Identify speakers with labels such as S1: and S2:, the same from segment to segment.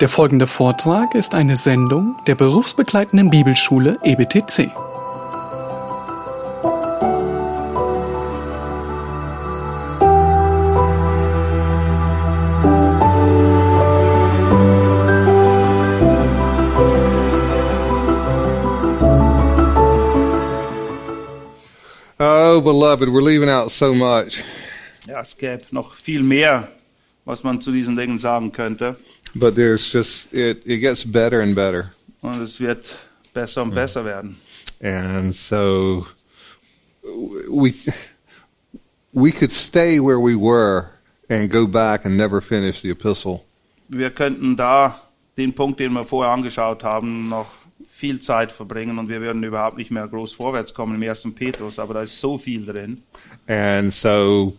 S1: Der folgende Vortrag ist eine Sendung der berufsbegleitenden Bibelschule E EBTC.
S2: Oh, beloved, we're leaving out so much.
S3: Ja, es gäbe noch viel mehr, was man zu diesen Dingen sagen könnte.
S2: But there's just, it, it gets better and better.
S3: Und es wird besser und besser werden.
S2: And so we, we could stay where we were and go back and never finish the epistle.
S3: Wir könnten da den Punkt, den wir vorher angeschaut haben, noch viel Zeit verbringen und wir würden überhaupt nicht mehr groß vorwärts kommen im ersten Petrus, aber da ist so viel drin.
S2: And so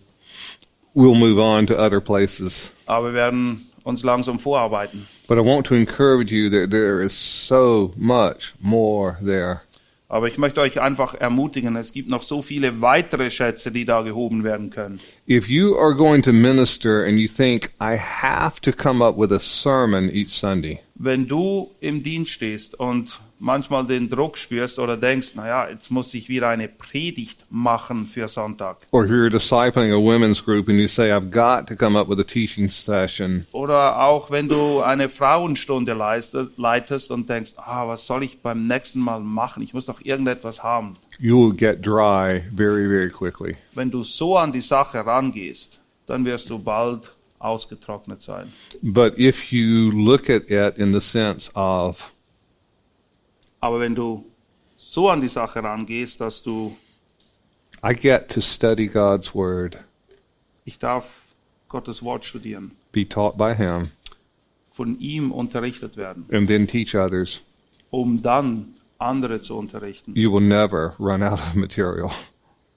S2: we'll move on to other places.
S3: Aber wir werden uns langsam vorarbeiten.
S2: But I want to encourage you that there is so much more there.
S3: Aber ich möchte euch einfach ermutigen, es gibt noch so viele weitere Schätze, die da gehoben werden können.
S2: If you are going to minister and you think, I have to come up with a sermon each Sunday,
S3: Wenn du im Dienst stehst und manchmal den Druck spürst oder denkst, naja, jetzt muss ich wieder eine Predigt machen für Sonntag.
S2: or if you're discipling a women's group and you say, I've got to come up with a teaching session,
S3: Oder auch wenn du eine Frauenstunde leiste- leitest und denkst, ah, was soll ich beim nächsten Mal machen? Ich muss doch irgendetwas haben.
S2: you will get dry very, very quickly.
S3: Wenn du so an die Sache rangehst, dann wirst du bald ausgetrocknet sein.
S2: But if you look at it in the sense of,
S3: Aber wenn du so an die Sache rangehst, dass du,
S2: I get to study God's Word,
S3: ich darf Gottes Wort studieren,
S2: be taught by Him,
S3: von ihm unterrichtet werden,
S2: and then teach others,
S3: um dann andere zu unterrichten,
S2: you will never run out of material.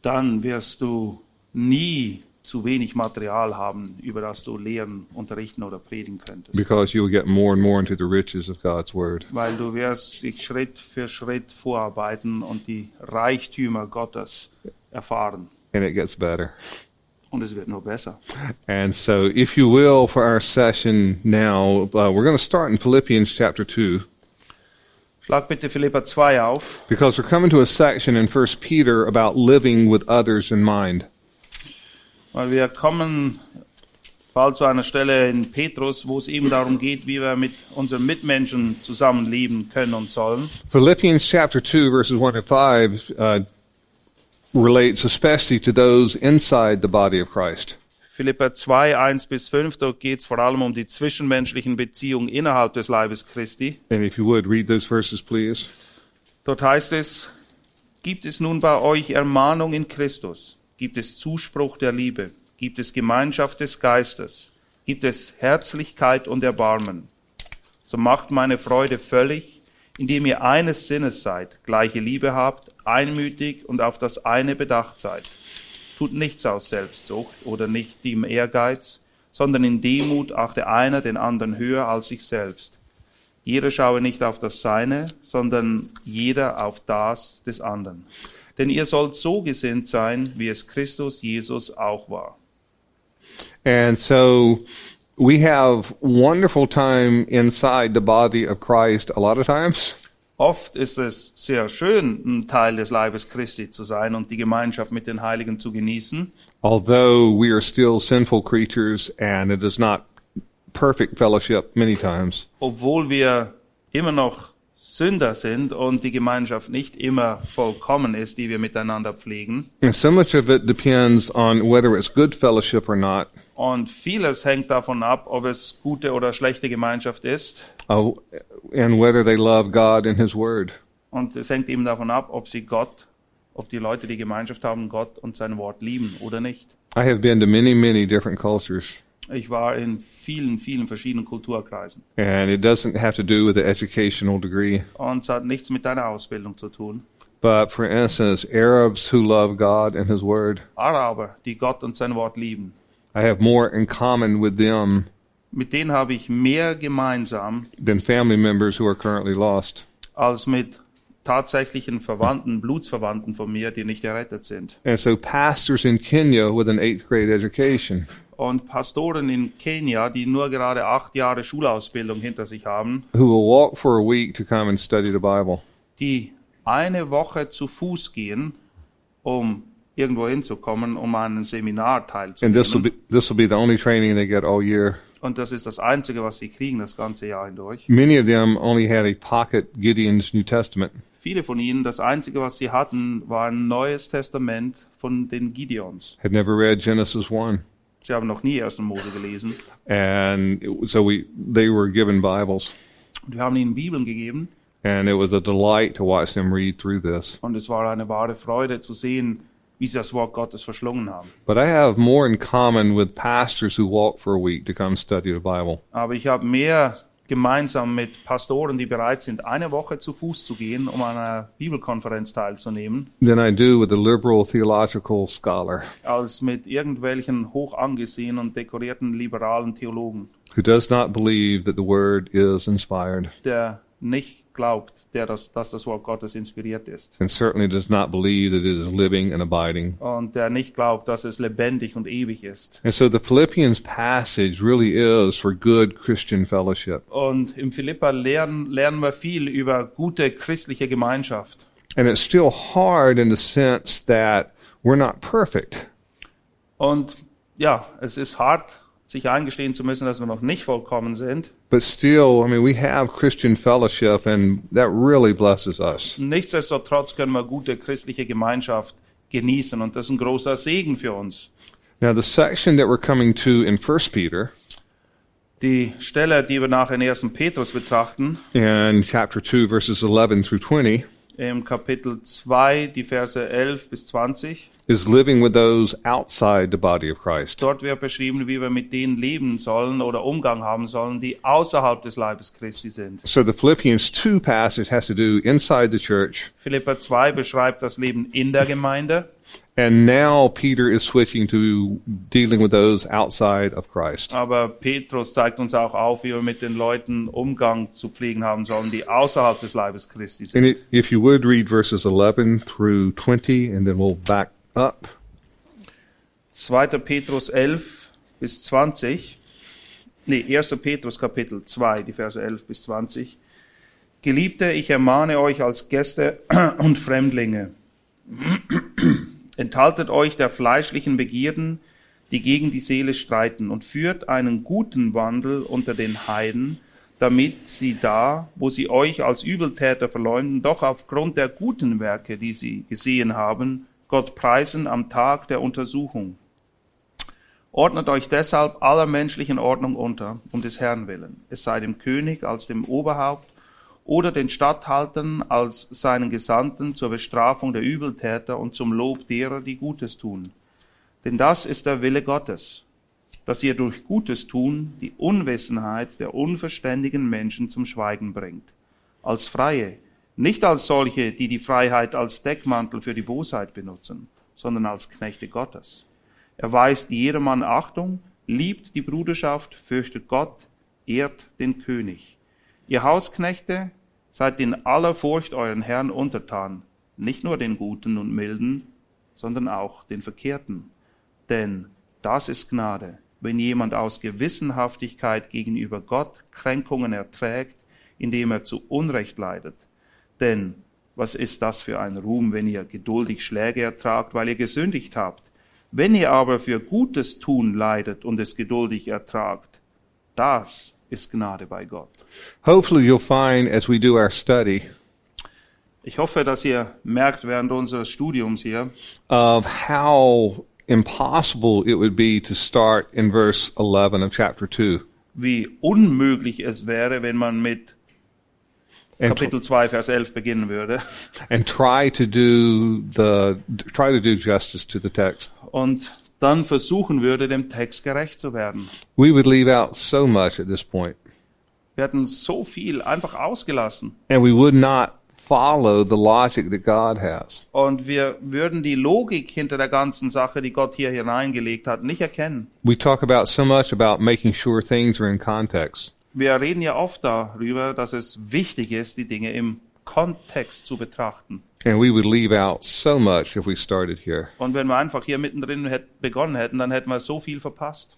S3: dann wirst du nie zu wenig Material haben, über das du lehren, unterrichten oder predigen könntest.
S2: because you'll get more and more into the riches of God's word.
S3: weil du wirst dich Schritt für Schritt vorarbeiten und die Reichtümer Gottes erfahren.
S2: And it gets better.
S3: Und es wird nur besser.
S2: And so, if you will, for our session now, uh, we're going to start in Philippians chapter 2
S3: Schlag bitte Philippa 2 auf.
S2: because we're coming to a section in First Peter about living with others in mind.
S3: Weil wir kommen bald zu einer Stelle in Petrus, wo es eben darum geht, wie wir mit unseren Mitmenschen zusammenleben können und sollen.
S2: Philippians chapter 2, verses 1 to 5, uh, relates especially to those inside the body of Christ.
S3: Philippa 2, 1 bis 5, dort geht es vor allem um die zwischenmenschlichen Beziehungen innerhalb des Leibes Christi.
S2: And if you would, read those verses, please.
S3: Dort heißt es, gibt es nun bei euch Ermahnung in Christus? Gibt es Zuspruch der Liebe? Gibt es Gemeinschaft des Geistes? Gibt es Herzlichkeit und Erbarmen? So macht meine Freude völlig, indem ihr eines Sinnes seid, gleiche Liebe habt, einmütig und auf das eine bedacht seid. Tut nichts aus Selbstsucht oder nicht im Ehrgeiz, sondern in Demut achte einer den anderen höher als sich selbst. Jeder schaue nicht auf das Seine, sondern jeder auf das des anderen. Denn ihr sollt so gesinnt sein, wie es Christus Jesus auch war.
S2: And so we have wonderful time inside the body of Christ a lot of times,
S3: Oft ist es sehr schön, ein Teil des Leibes Christi zu sein und die Gemeinschaft mit den Heiligen zu genießen,
S2: although we are still sinful creatures and it is not perfect fellowship many times.
S3: obwohl wir immer noch Sünder sind und die Gemeinschaft nicht immer vollkommen ist, die wir miteinander pflegen.
S2: And so much of it depends on whether it's good fellowship or not.
S3: Und vieles hängt davon ab, ob es gute oder schlechte Gemeinschaft ist.
S2: Uh, and whether they love God and His Word.
S3: Und es hängt eben davon ab, ob sie Gott, ob die Leute, die Gemeinschaft haben, Gott und sein Wort lieben oder nicht.
S2: I have been to many, many different cultures,
S3: Ich war in vielen, vielen verschiedenen Kulturkreisen.
S2: and it doesn't have to do with the educational degree.
S3: Und es hat nichts mit deiner Ausbildung zu tun.
S2: But for instance, Arabs who love God and His Word,
S3: Araber, die Gott und sein Wort lieben,
S2: I have more in common with them
S3: mit denen habe ich mehr gemeinsam
S2: than family members who are currently lost.
S3: als mit tatsächlichen Verwandten, Blutsverwandten von mir, die nicht errettet sind.
S2: And so, pastors in Kenya with an eighth grade education
S3: und Pastoren in Kenia, die nur gerade acht Jahre Schulausbildung hinter sich haben,
S2: who will walk for a week to come and study the Bible.
S3: die eine Woche zu Fuß gehen, um irgendwo hinzukommen, um an einem Seminar
S2: And this will
S3: teilzunehmen.
S2: be this will be the only training they get all year.
S3: Und das ist das Einzige, was sie kriegen das ganze Jahr hindurch.
S2: Many of them only had a pocket Gideon's New Testament.
S3: Viele von ihnen, das Einzige, was sie hatten, war ein neues Testament von den Gideons.
S2: Had never read Genesis 1.
S3: Sie haben noch nie 1. Mose gelesen.
S2: And it- so we they were given Bibles
S3: Und wir haben ihnen Bibeln gegeben.
S2: and it was a delight to watch them read through this.
S3: Und es war eine wahre Freude zu sehen, wie sie das Wort Gottes verschlungen haben.
S2: But I have more in common with pastors who walk for a week to come study the Bible.
S3: Aber ich habe mehr gemeinsam mit Pastoren, die bereit sind, eine Woche zu Fuß zu gehen, um an einer Bibelkonferenz teilzunehmen,
S2: than I do with a liberal theological scholar
S3: als mit irgendwelchen hoch angesehenen und dekorierten liberalen Theologen,
S2: who does not believe that the word is inspired
S3: der nicht glaubt, der das, dass das Wort Gottes inspiriert ist.
S2: and certainly does not believe that it is living and abiding.
S3: Und der nicht glaubt, dass es lebendig und ewig ist.
S2: And so the Philippians passage really is for good Christian fellowship.
S3: Und im Philippa lernen, lernen wir viel über gute christliche Gemeinschaft.
S2: And it's still hard in the sense that we're not perfect.
S3: Und ja, es ist hart, sich eingestehen zu müssen, dass wir noch nicht vollkommen sind.
S2: But still, I mean, we have Christian fellowship and that really blesses us.
S3: Nichtsdestotrotz können wir gute christliche Gemeinschaft genießen und das ist ein großer Segen für uns.
S2: Now, the section that we're coming to in First Peter
S3: Die Stelle, die wir nach in 1. Petrus betrachten,
S2: in chapter 2 verses 11 through 20
S3: im Kapitel 2, die Verse 11 bis 20,
S2: is living with those outside the body of Christ.
S3: dort wird beschrieben, wie wir mit denen leben sollen oder Umgang haben sollen, die außerhalb des Leibes Christi sind.
S2: So the Philippians 2 passage has to do inside the church.
S3: Philippa 2 beschreibt das Leben in der Gemeinde,
S2: And now Peter is switching to dealing with those outside of Christ.
S3: aber Petrus zeigt uns auch auf, wie wir mit den Leuten Umgang zu pflegen haben sollen, die außerhalb des Leibes Christi sind.
S2: And it, if you would read verses 11 through 20, and then we'll back up.
S3: 2. Petrus 11 bis 20. Nee, 1. Petrus Kapitel 2, die Verse 11 bis 20. Geliebte, ich ermahne euch als Gäste und Fremdlinge. Enthaltet euch der fleischlichen Begierden, die gegen die Seele streiten, und führt einen guten Wandel unter den Heiden, damit sie da, wo sie euch als Übeltäter verleumden, doch aufgrund der guten Werke, die sie gesehen haben, Gott preisen am Tag der Untersuchung. Ordnet euch deshalb aller menschlichen Ordnung unter, um des Herrn willen, es sei dem König als dem Oberhaupt oder den Statthaltern als seinen Gesandten zur Bestrafung der Übeltäter und zum Lob derer, die Gutes tun. Denn das ist der Wille Gottes, dass ihr durch Gutes tun die Unwissenheit der unverständigen Menschen zum Schweigen bringt. Als Freie, nicht als solche, die die Freiheit als Deckmantel für die Bosheit benutzen, sondern als Knechte Gottes. Erweist jedermann Achtung, liebt die Bruderschaft, fürchtet Gott, ehrt den König. Ihr Hausknechte seid in aller Furcht euren Herrn untertan, nicht nur den Guten und Milden, sondern auch den Verkehrten. Denn das ist Gnade, wenn jemand aus Gewissenhaftigkeit gegenüber Gott Kränkungen erträgt, indem er zu Unrecht leidet. Denn was ist das für ein Ruhm, wenn ihr geduldig Schläge ertragt, weil ihr gesündigt habt? Wenn ihr aber für Gutes tun leidet und es geduldig ertragt, das ist Gnade bei Gott.
S2: Hopefully you'll find as we do our study
S3: Ich hoffe, dass ihr merkt während unseres Studiums hier,
S2: of how impossible it would be to start in verse 11 of chapter 2.
S3: wie unmöglich es wäre, wenn man mit
S2: And
S3: Kapitel 2, Vers 11 beginnen würde
S2: and try to do the try to do justice to the text.
S3: und dann versuchen würde, dem Text gerecht zu werden.
S2: We would leave out so much at this point,
S3: Wir hatten so viel einfach ausgelassen
S2: and we would not follow the logic that God has.
S3: und wir würden die Logik hinter der ganzen Sache, die Gott hier hineingelegt hat, nicht erkennen.
S2: We talk about so much about making sure things are in context,
S3: Wir reden ja oft darüber, dass es wichtig ist, die Dinge im Kontext zu betrachten.
S2: And we would leave out so much if we started here.
S3: Und wenn wir einfach hier mittendrin hätt- begonnen hätten, dann hätten wir so viel verpasst.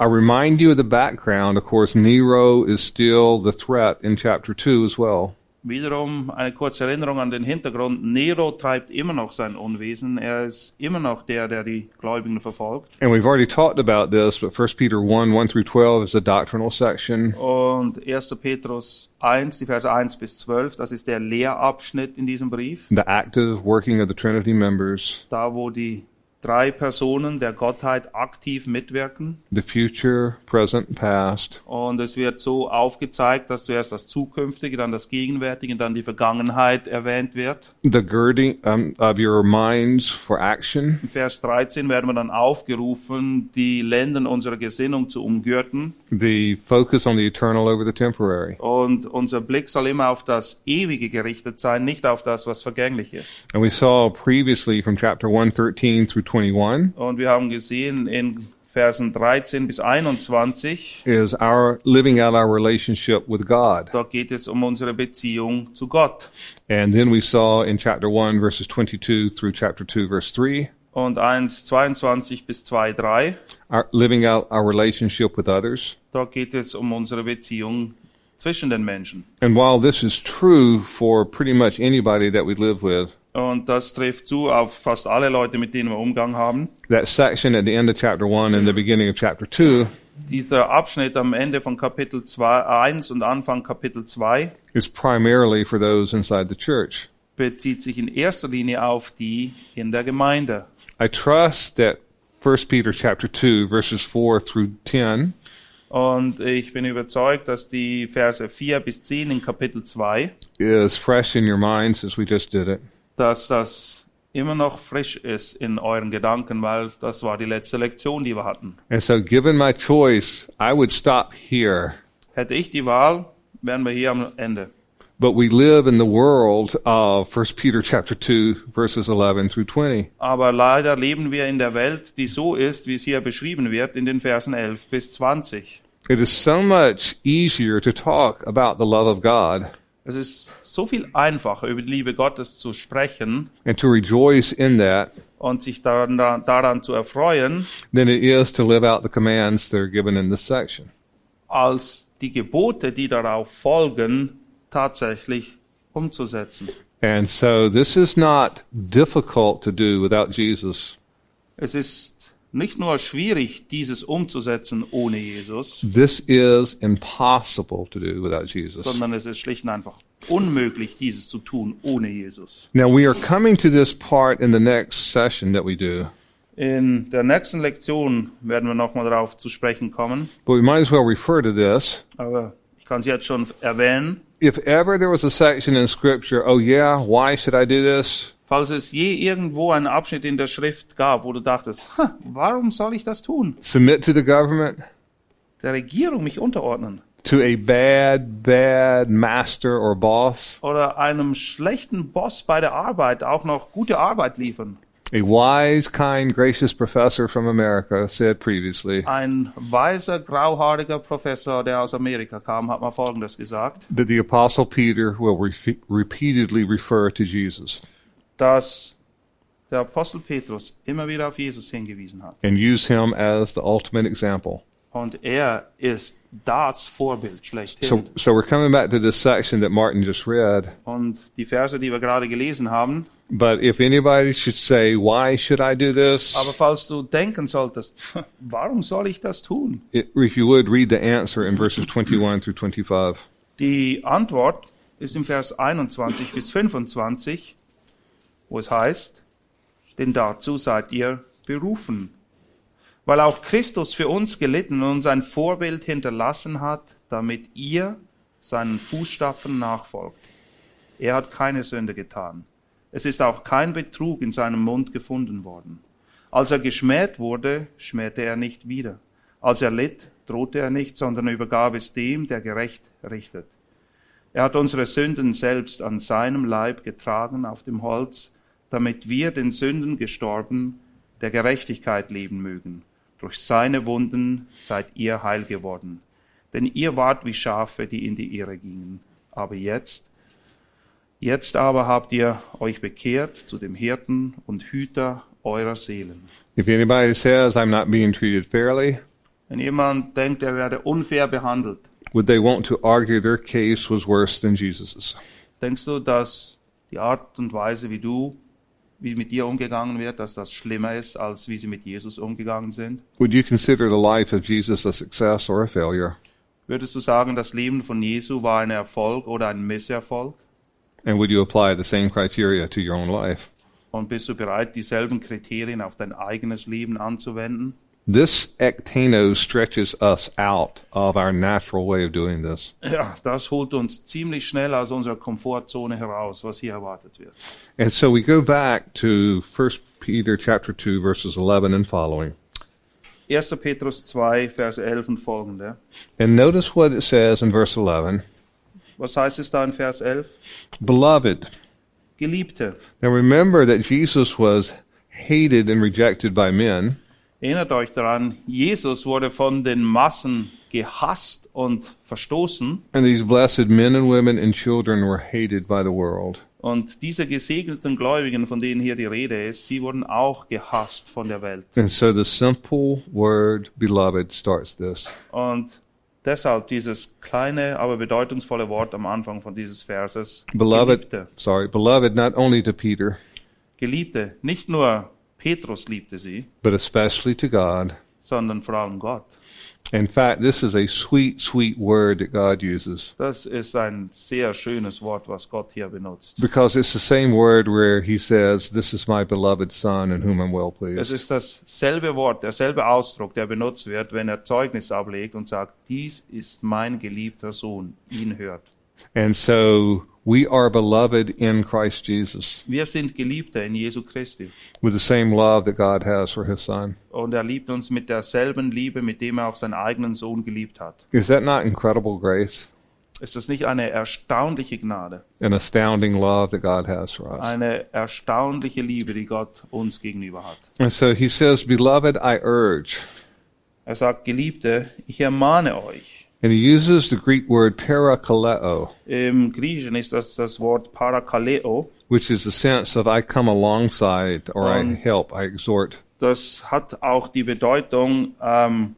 S2: I remind you of the background. Of course, Nero is still the threat in chapter 2 as well.
S3: Wiederum eine kurze Erinnerung an den Hintergrund. Nero treibt immer noch sein Unwesen. Er ist immer noch der, der die Gläubigen verfolgt.
S2: And we've already talked about this, but 1 Peter 1 1 through 12 is the doctrinal section.
S3: Und 1. Petrus 1, die Verse 1 bis 12, das ist der Lehrabschnitt in diesem Brief,
S2: the active working of the Trinity members,
S3: da wo die drei Personen der Gottheit aktiv mitwirken.
S2: the future, present, past,
S3: Und es wird so aufgezeigt, dass zuerst das Zukünftige, dann das Gegenwärtige, dann die Vergangenheit erwähnt wird.
S2: the girding um, of your minds for action,
S3: In Vers 13 werden wir dann aufgerufen, die Lenden unserer Gesinnung zu umgürten.
S2: the focus on the eternal over the temporary.
S3: Und unser Blick soll immer auf das Ewige gerichtet sein, nicht auf das, was vergänglich ist.
S2: And we saw previously from chapter 113 through 21
S3: Und wir haben gesehen in Versen 13 bis 21,
S2: is our living out our relationship with God.
S3: da geht es um unsere Beziehung zu Gott.
S2: And then we saw in chapter 1 verses 22 through chapter 2 verse 3
S3: Und 1, 22 bis 2, 3,
S2: our living out our relationship with others.
S3: da geht es um unsere Beziehung zwischen den Menschen.
S2: And while this is true for pretty much anybody that we live with,
S3: Und das trifft zu auf fast alle Leute, mit denen wir Umgang haben.
S2: that section at the end of chapter 1 and the beginning of chapter 2
S3: Dieser Abschnitt am Ende von Kapitel 2, 1 und Anfang Kapitel 2
S2: is primarily for those inside the church.
S3: bezieht sich in erster Linie auf die in der Gemeinde.
S2: I trust that 1 Peter chapter 2 verses 4 through 10
S3: Und ich bin überzeugt, dass die Verse 4 bis 10 in Kapitel 2,
S2: is fresh in your mind since we just did it.
S3: dass das immer noch frisch ist in euren Gedanken, weil das war die letzte Lektion, die wir hatten.
S2: And so given my choice, I would stop here.
S3: Hätte ich die Wahl, wären wir hier am Ende.
S2: But we live in the world of 1 Peter chapter 2 verses 11 through 20.
S3: Aber leider leben wir in der Welt, die so ist, wie es hier beschrieben wird in den Versen 11 bis 20.
S2: It is so much easier to talk about the love of God
S3: Es ist so viel einfacher, über die Liebe Gottes zu sprechen
S2: and to rejoice in that
S3: und sich daran, daran zu erfreuen,
S2: than it is to live out the commands that are given in this section.
S3: als die Gebote, die darauf folgen, tatsächlich umzusetzen.
S2: And so this is not difficult to do without Jesus.
S3: Es ist nicht nur schwierig, dieses umzusetzen ohne Jesus,
S2: This is impossible to do without Jesus.
S3: sondern es ist schlicht und einfach unmöglich, dieses zu tun ohne Jesus.
S2: Now we are coming to this part in the next session that we do,
S3: In der nächsten Lektion werden wir nochmal darauf zu sprechen kommen,
S2: but we might as well refer to this.
S3: aber ich kann es jetzt schon erwähnen.
S2: If ever there was a section in scripture, oh yeah, why should I do this?
S3: Falls es je irgendwo einen Abschnitt in der Schrift gab, wo du dachtest, "Ha, warum soll ich das tun?
S2: Submit to the government,
S3: Der Regierung mich unterordnen
S2: to a bad, bad master or boss,
S3: oder einem schlechten Boss bei der Arbeit auch noch gute Arbeit liefern.
S2: a wise, kind, gracious professor from America said previously
S3: Ein weißer, grauhaariger Professor, der aus Amerika kam, hat mal Folgendes gesagt,
S2: that the apostle Peter will refe- repeatedly refer to Jesus.
S3: dass der Apostel Petrus immer wieder auf Jesus hingewiesen hat.
S2: and use him as the ultimate example.
S3: Und er ist das Vorbild schlechthin.
S2: So, so we're coming back to this section that Martin just read.
S3: Und die Verse, die wir gerade gelesen haben,
S2: But if anybody should say, "Why should I do
S3: aber
S2: this?"
S3: falls du denken solltest, warum soll ich das tun?
S2: It, if you would read the answer in verses 21 through 25.
S3: Die Antwort ist im Vers 21 bis 25, wo es heißt, denn dazu seid ihr berufen. Weil auch Christus für uns gelitten und uns ein Vorbild hinterlassen hat, damit ihr seinen Fußstapfen nachfolgt. Er hat keine Sünde getan. Es ist auch kein Betrug in seinem Mund gefunden worden. Als er geschmäht wurde, schmähte er nicht wieder. Als er litt, drohte er nicht, sondern übergab es dem, der gerecht richtet. Er hat unsere Sünden selbst an seinem Leib getragen auf dem Holz, damit wir den Sünden gestorben, der Gerechtigkeit leben mögen. Durch seine Wunden seid ihr heil geworden. Denn ihr wart wie Schafe, die in die Irre gingen. Aber jetzt Jetzt aber habt ihr euch bekehrt zu dem Hirten und Hüter eurer Seelen.
S2: If anybody says I'm not being treated fairly,
S3: Wenn jemand denkt, er werde unfair behandelt,
S2: would they want to argue their case was worse than Jesus's?
S3: denkst du, dass die Art und Weise, wie du, wie mit dir umgegangen wird, dass das schlimmer ist, als wie sie mit Jesus umgegangen sind?
S2: Would you consider the life of Jesus a success or a failure?
S3: Würdest du sagen, das Leben von Jesu war ein Erfolg oder ein Misserfolg?
S2: And would you apply the same criteria to your own life?
S3: Und bist du bereit, dieselben Kriterien auf dein eigenes Leben anzuwenden?
S2: This ectano stretches us out of our natural way of doing this.
S3: Ja, das holt uns ziemlich schnell aus unserer Komfortzone heraus, was hier erwartet wird.
S2: And so we go back to 1 Peter chapter 2 verses 11 and following.
S3: 1. Petrus 2, Vers 11 und folgende.
S2: And notice what it says in verse 11.
S3: Was heißt es da in Vers 11?
S2: Beloved,
S3: Geliebte,
S2: now remember that Jesus was hated and rejected by men,
S3: erinnert euch daran, Jesus wurde von den Massen gehasst und verstoßen
S2: and these blessed men and women and children were hated by the world.
S3: und diese gesegneten Gläubigen, von denen hier die Rede ist, sie wurden auch gehasst von der Welt.
S2: And so the simple word beloved starts this.
S3: Und deshalb dieses kleine, aber bedeutungsvolle Wort am Anfang von dieses Verses.
S2: Beloved,
S3: Geliebte.
S2: sorry, beloved not only to Peter,
S3: Geliebte. Nicht nur Petrus liebte sie,
S2: but especially to God.
S3: sondern vor allem Gott.
S2: In fact, this is a sweet, sweet word that God uses.
S3: Das ist ein sehr schönes Wort, was Gott hier benutzt.
S2: Because it's the same word where he says, This is my beloved son in whom I'm well
S3: Es
S2: pleased.
S3: ist dasselbe Wort, derselbe Ausdruck, der benutzt wird, wenn er Zeugnis ablegt und sagt, dies ist mein geliebter Sohn, ihn hört.
S2: And so we are beloved in Christ Jesus
S3: Wir sind Geliebte in Jesu Christi
S2: with the same love that God has for his son.
S3: und er liebt uns mit derselben Liebe, mit dem er auch seinen eigenen Sohn geliebt hat.
S2: Is that not incredible grace?
S3: Ist das nicht eine erstaunliche Gnade,
S2: An astounding love that God has for us.
S3: eine erstaunliche Liebe, die Gott uns gegenüber hat?
S2: And so he says, Beloved, I urge.
S3: Er sagt, Geliebte, ich ermahne euch.
S2: And he uses the Greek word parakaleo,
S3: Im Griechischen ist das das Wort parakaleo.
S2: which is the sense of I come alongside or I
S3: Um,
S2: help, I exhort.
S3: das hat auch die Bedeutung, ähm,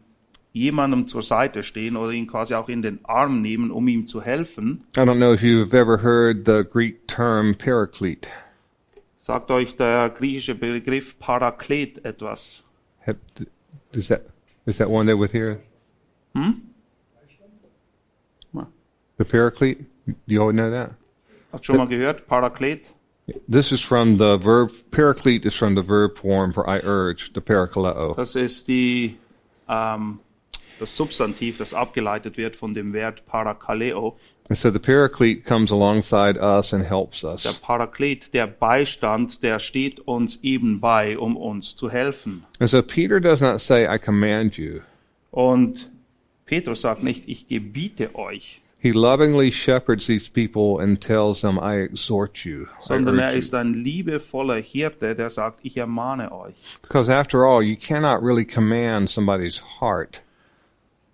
S3: jemandem zur Seite stehen oder ihn quasi auch in den Arm nehmen, um ihm zu helfen.
S2: I don't know if you've ever heard the Greek term paraclete.
S3: Sagt euch der griechische Begriff Paraklet etwas?
S2: Have, d- is that is that one that would hear? Hmm.
S3: What?
S2: The Paraclete. You all know that.
S3: Habt schon mal gehört? Paraklet?
S2: This is from the verb. Paraclete is from the verb form for I urge. The parakaleo.
S3: Das ist die, ähm, das Substantiv, das abgeleitet wird von dem Wert Parakaleo.
S2: And so the Paraclete comes alongside us and helps
S3: Der
S2: us.
S3: Paraklet, der Beistand, der steht uns eben bei, um uns zu helfen.
S2: And so Peter does not say I command you.
S3: Und Petrus sagt nicht, ich gebiete euch,
S2: He lovingly shepherds these people and tells them I exhort you. I
S3: sondern er
S2: urge you."
S3: ist ein liebevoller Hirte, der sagt, ich ermahne euch.
S2: Because after all, you cannot really command somebody's heart.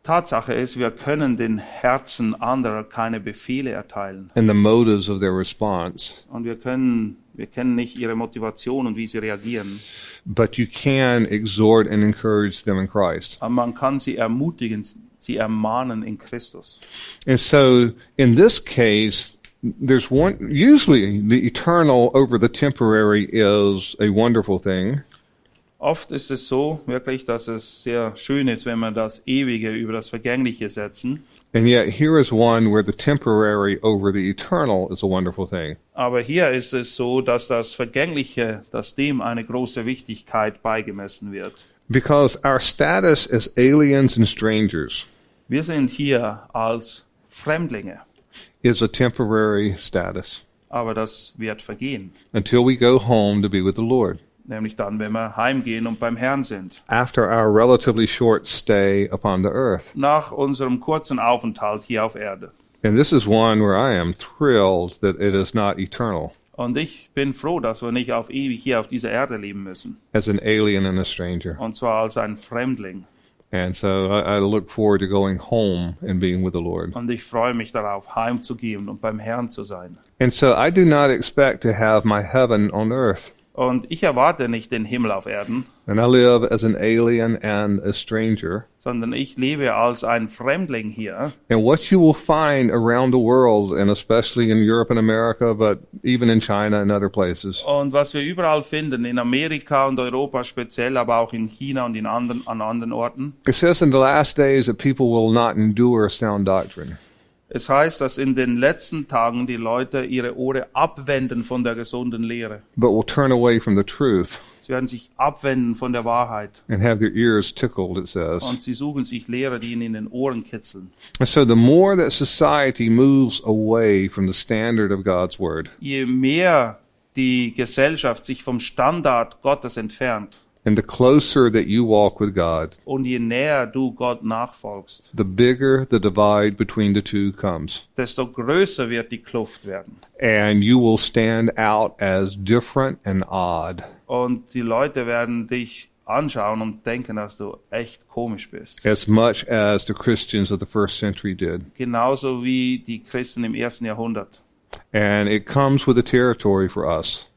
S3: Tatsache ist, wir können den Herzen anderer keine Befehle erteilen
S2: And the motives of their response.
S3: und wir können, wir kennen nicht ihre Motivation und wie sie reagieren,
S2: but you can exhort and encourage them in Christ.
S3: aber man kann sie ermutigen, sie ermahnen in Christus.
S2: And so in this case, there's one, usually the eternal over the temporary is a wonderful thing.
S3: Oft ist es so, wirklich, dass es sehr schön ist, wenn wir das Ewige über das Vergängliche setzen.
S2: And yet here is one where the temporary over the eternal is a wonderful thing.
S3: Aber hier ist es so, dass das Vergängliche, dass dem eine große Wichtigkeit beigemessen wird.
S2: Because our status as aliens and strangers
S3: Wir sind hier als Fremdlinge,
S2: is a temporary status
S3: aber das wird vergehen.
S2: until we go home to be with the Lord.
S3: Nämlich dann, wenn wir heimgehen und beim Herrn sind.
S2: After our relatively short stay upon the earth.
S3: Nach unserem kurzen Aufenthalt hier auf Erde.
S2: And this is one where I am thrilled that it is not eternal.
S3: Und ich bin froh, dass wir nicht auf ewig hier auf dieser Erde leben müssen.
S2: as an alien and a stranger.
S3: Und zwar als ein Fremdling.
S2: And so I, I look forward to going home and being with the Lord.
S3: Und ich freue mich darauf, heimzugehen und beim Herrn zu sein.
S2: And so I do not expect to have my heaven on earth.
S3: Und ich erwarte nicht den Himmel auf Erden,
S2: And I live as an alien and a stranger.
S3: sondern ich lebe als ein Fremdling hier.
S2: And what you will find around the world, and especially in Europe and America, but even in China and other places,
S3: Und was wir überall finden, in Amerika und Europa speziell, aber auch in China und in anderen, an anderen Orten,
S2: it says in the last days that people will not endure sound doctrine.
S3: es heißt, dass in den letzten Tagen die Leute ihre Ohren abwenden von der gesunden Lehre.
S2: but will turn away from the truth
S3: Sie werden sich abwenden von der Wahrheit.
S2: and have their ears tickled, it says.
S3: Und sie suchen sich Lehrer, die ihnen in den Ohren kitzeln.
S2: And so the more that society moves away from the standard of God's word
S3: Je mehr die Gesellschaft sich vom Standard Gottes entfernt
S2: and the closer that you walk with God,
S3: und je näher du Gott nachfolgst,
S2: the bigger the divide between the two comes.
S3: desto größer wird die Kluft werden.
S2: And you will stand out as different and odd,
S3: Und die Leute werden dich anschauen und denken, dass du echt komisch bist.
S2: as much as the Christians of the first century did.
S3: Genauso wie die Christen im ersten Jahrhundert.
S2: And it comes with the territory for us.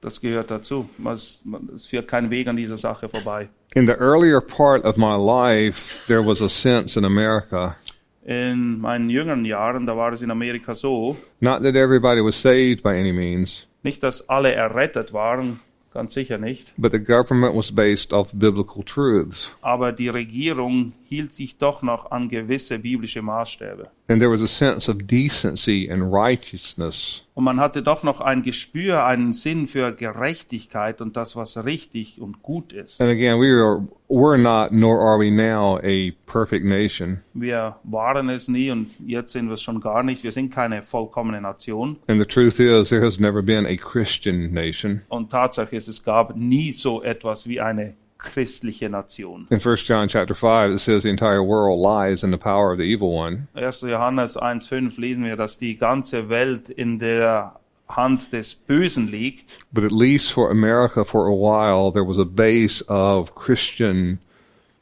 S3: Das gehört dazu. Man- Es man- es führt kein Weg an dieser Sache vorbei.
S2: In the earlier part of my life, there was a sense in America
S3: In meinen jüngeren Jahren, da war es in Amerika so,
S2: Not that everybody was saved by any means,
S3: nicht, dass alle errettet waren, ganz sicher nicht,
S2: but the government was based off biblical truths.
S3: aber die Regierung hielt sich doch noch an gewisse biblische Maßstäbe.
S2: And there was a sense of decency and righteousness.
S3: Und man hatte doch noch ein Gespür, einen Sinn für Gerechtigkeit und das, was richtig und gut ist.
S2: And again, we are we're not nor are we now a perfect nation.
S3: Wir waren es nie und jetzt sind wir es schon gar nicht. Wir sind keine vollkommene Nation.
S2: And the truth is there has never been a Christian nation.
S3: Und Tatsache ist, es gab nie so etwas wie eine christliche Nation.
S2: In First John chapter five it says the entire world lies in the power of the evil one.
S3: 1. Johannes 1.5 lesen wir, dass die ganze Welt in der Hand des Bösen liegt.
S2: But at least for America for a while there was a base of Christian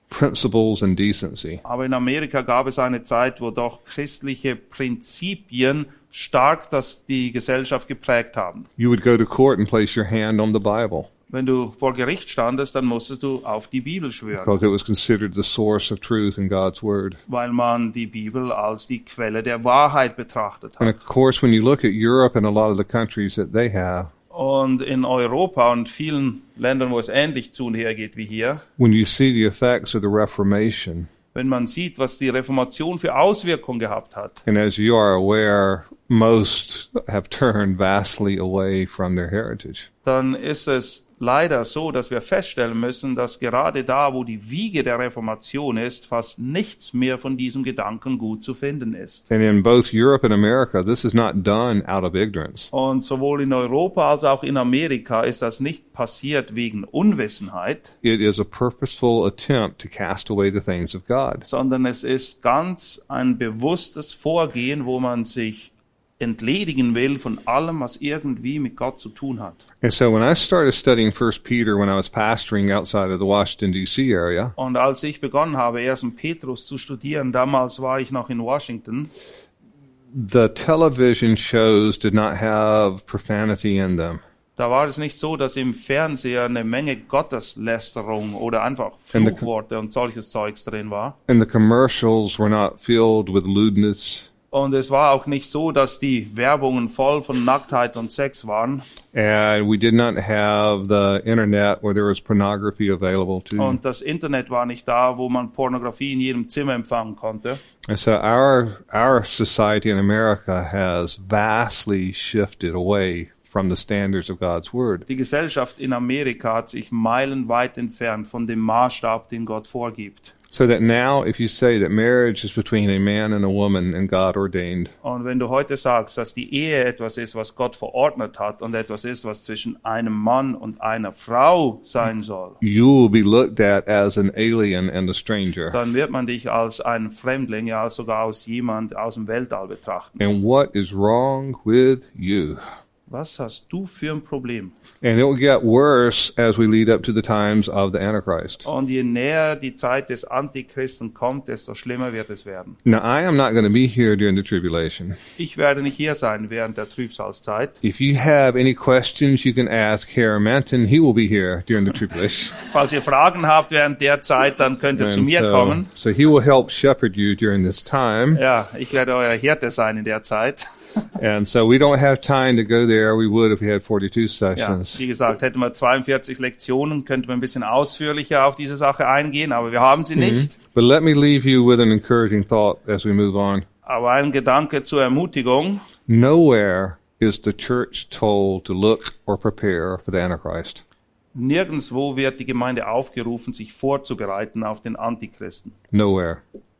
S2: principles and decency.
S3: Aber in Amerika gab es eine Zeit, wo doch christliche Prinzipien stark das die Gesellschaft geprägt haben.
S2: You would go to court and place your hand on the Bible.
S3: Wenn du vor Gericht standest, dann musstest du auf die Bibel schwören,
S2: because it was considered the source of truth in God's Word.
S3: weil man die Bibel als die Quelle der Wahrheit betrachtet
S2: And
S3: hat.
S2: of course, when you look at Europe and a lot of the countries that they have,
S3: Und in Europa und vielen Ländern, wo es ähnlich zu und her geht wie hier,
S2: when you see the effects of the Reformation,
S3: wenn man sieht, was die Reformation für Auswirkungen gehabt hat.
S2: and as you are aware, most have turned vastly away from their heritage.
S3: dann ist es leider so, dass wir feststellen müssen, dass gerade da, wo die Wiege der Reformation ist, fast nichts mehr von diesem Gedanken gut zu finden ist.
S2: And in both Europe and America, this is not done out of ignorance.
S3: Und sowohl in Europa als auch in Amerika ist das nicht passiert wegen Unwissenheit,
S2: It is a purposeful attempt to cast away the things of God.
S3: sondern es ist ganz ein bewusstes Vorgehen, wo man sich entledigen will von allem, was irgendwie mit Gott zu tun hat.
S2: And so when I started studying First Peter when I was pastoring outside of the Washington D.C. area,
S3: Und als ich begonnen habe, 1. Petrus zu studieren, damals war ich noch in Washington,
S2: the television shows did not have profanity in them.
S3: Da war es nicht so, dass im Fernseher eine Menge Gotteslästerung oder einfach
S2: In the-
S3: Fluchworte und solches Zeugs drin war.
S2: And the commercials were not filled with lewdness.
S3: Und es war auch nicht so, dass die Werbungen voll von Nacktheit und Sex waren.
S2: And we did not have the internet where there was pornography available too.
S3: Und das Internet war nicht da, wo man Pornografie in jedem Zimmer empfangen konnte.
S2: and so our our society in America has vastly shifted away from the standards of God's word.
S3: Die Gesellschaft in Amerika hat sich meilenweit entfernt von dem Maßstab, den Gott vorgibt.
S2: So that now if you say that marriage is between a man and a woman and God ordained,
S3: Und wenn du heute sagst, dass die Ehe etwas ist, was Gott verordnet hat und etwas ist, was zwischen einem Mann und einer Frau sein soll,
S2: you will be looked at as an alien and a stranger.
S3: dann wird man dich als einen Fremdling, ja sogar als jemand aus dem Weltall betrachten.
S2: And what is wrong with you?
S3: Was hast du für ein Problem?
S2: And it will get worse as we lead up to the times of the Antichrist.
S3: Und je näher die Zeit des Antichristen kommt, desto schlimmer wird es werden.
S2: Now, I am not going to be here during the tribulation.
S3: Ich werde nicht hier sein während der Trübsalzeit.
S2: If you have any questions, you can ask Herr Manton. He will be here during the tribulation.
S3: Falls ihr Fragen habt während der Zeit, dann könnt ihr zu
S2: And
S3: mir
S2: so,
S3: kommen.
S2: so he will help shepherd you during this time.
S3: Ja, ich werde euer Hirte sein in der Zeit.
S2: And so we don't have time to go there. We would if we had 42
S3: Ja,
S2: sessions.
S3: wie gesagt, hätten wir 42 Lektionen, könnten wir ein bisschen ausführlicher auf diese Sache eingehen, aber wir haben sie nicht.
S2: But let me leave you with an encouraging thought as we move on.
S3: Aber ein Gedanke zur Ermutigung.
S2: Nowhere is the church told to look or prepare for the Antichrist.
S3: Nirgendwo wird die Gemeinde aufgerufen, sich vorzubereiten auf den Antichristen.
S2: Nowhere.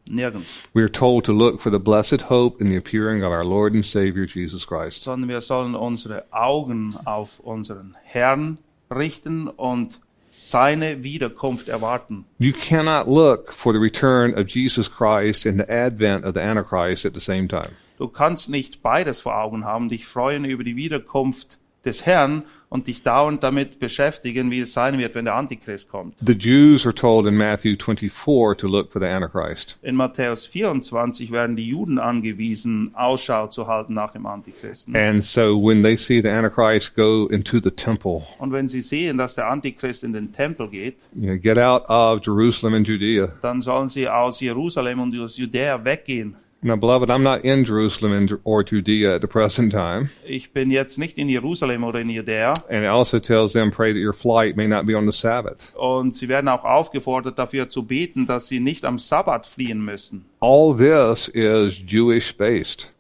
S3: Nirgends.
S2: We are told to look for the blessed hope in the appearing of our Lord and Savior Jesus Christ.
S3: Sondern wir sollen unsere Augen auf unseren Herrn richten und seine Wiederkunft erwarten.
S2: You cannot look for the return of Jesus Christ and the advent of the Antichrist at the same time.
S3: Du kannst nicht beides vor Augen haben, dich freuen über die Wiederkunft des Herrn und dich dauernd damit beschäftigen, wie es sein wird, wenn der Antichrist kommt.
S2: The Jews are told in Matthew 24 to look for the Antichrist.
S3: In Matthäus 24 werden die Juden angewiesen, Ausschau zu halten nach dem Antichristen.
S2: And so when they see the Antichrist go into the temple,
S3: Und wenn sie sehen, dass der Antichrist in den Tempel geht,
S2: you know, get out of Jerusalem and Judea.
S3: dann sollen sie aus Jerusalem und aus Judäa weggehen.
S2: Now, beloved, I'm not in Jerusalem and, or Judea at the present time.
S3: Ich bin jetzt nicht in Jerusalem oder in Judäa.
S2: And it also tells them, pray that your flight may not be on the Sabbath.
S3: Und sie werden auch aufgefordert, dafür zu beten, dass sie nicht am Sabbat fliehen müssen.
S2: All this is Jewish based.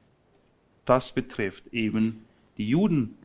S3: Das betrifft eben die Juden.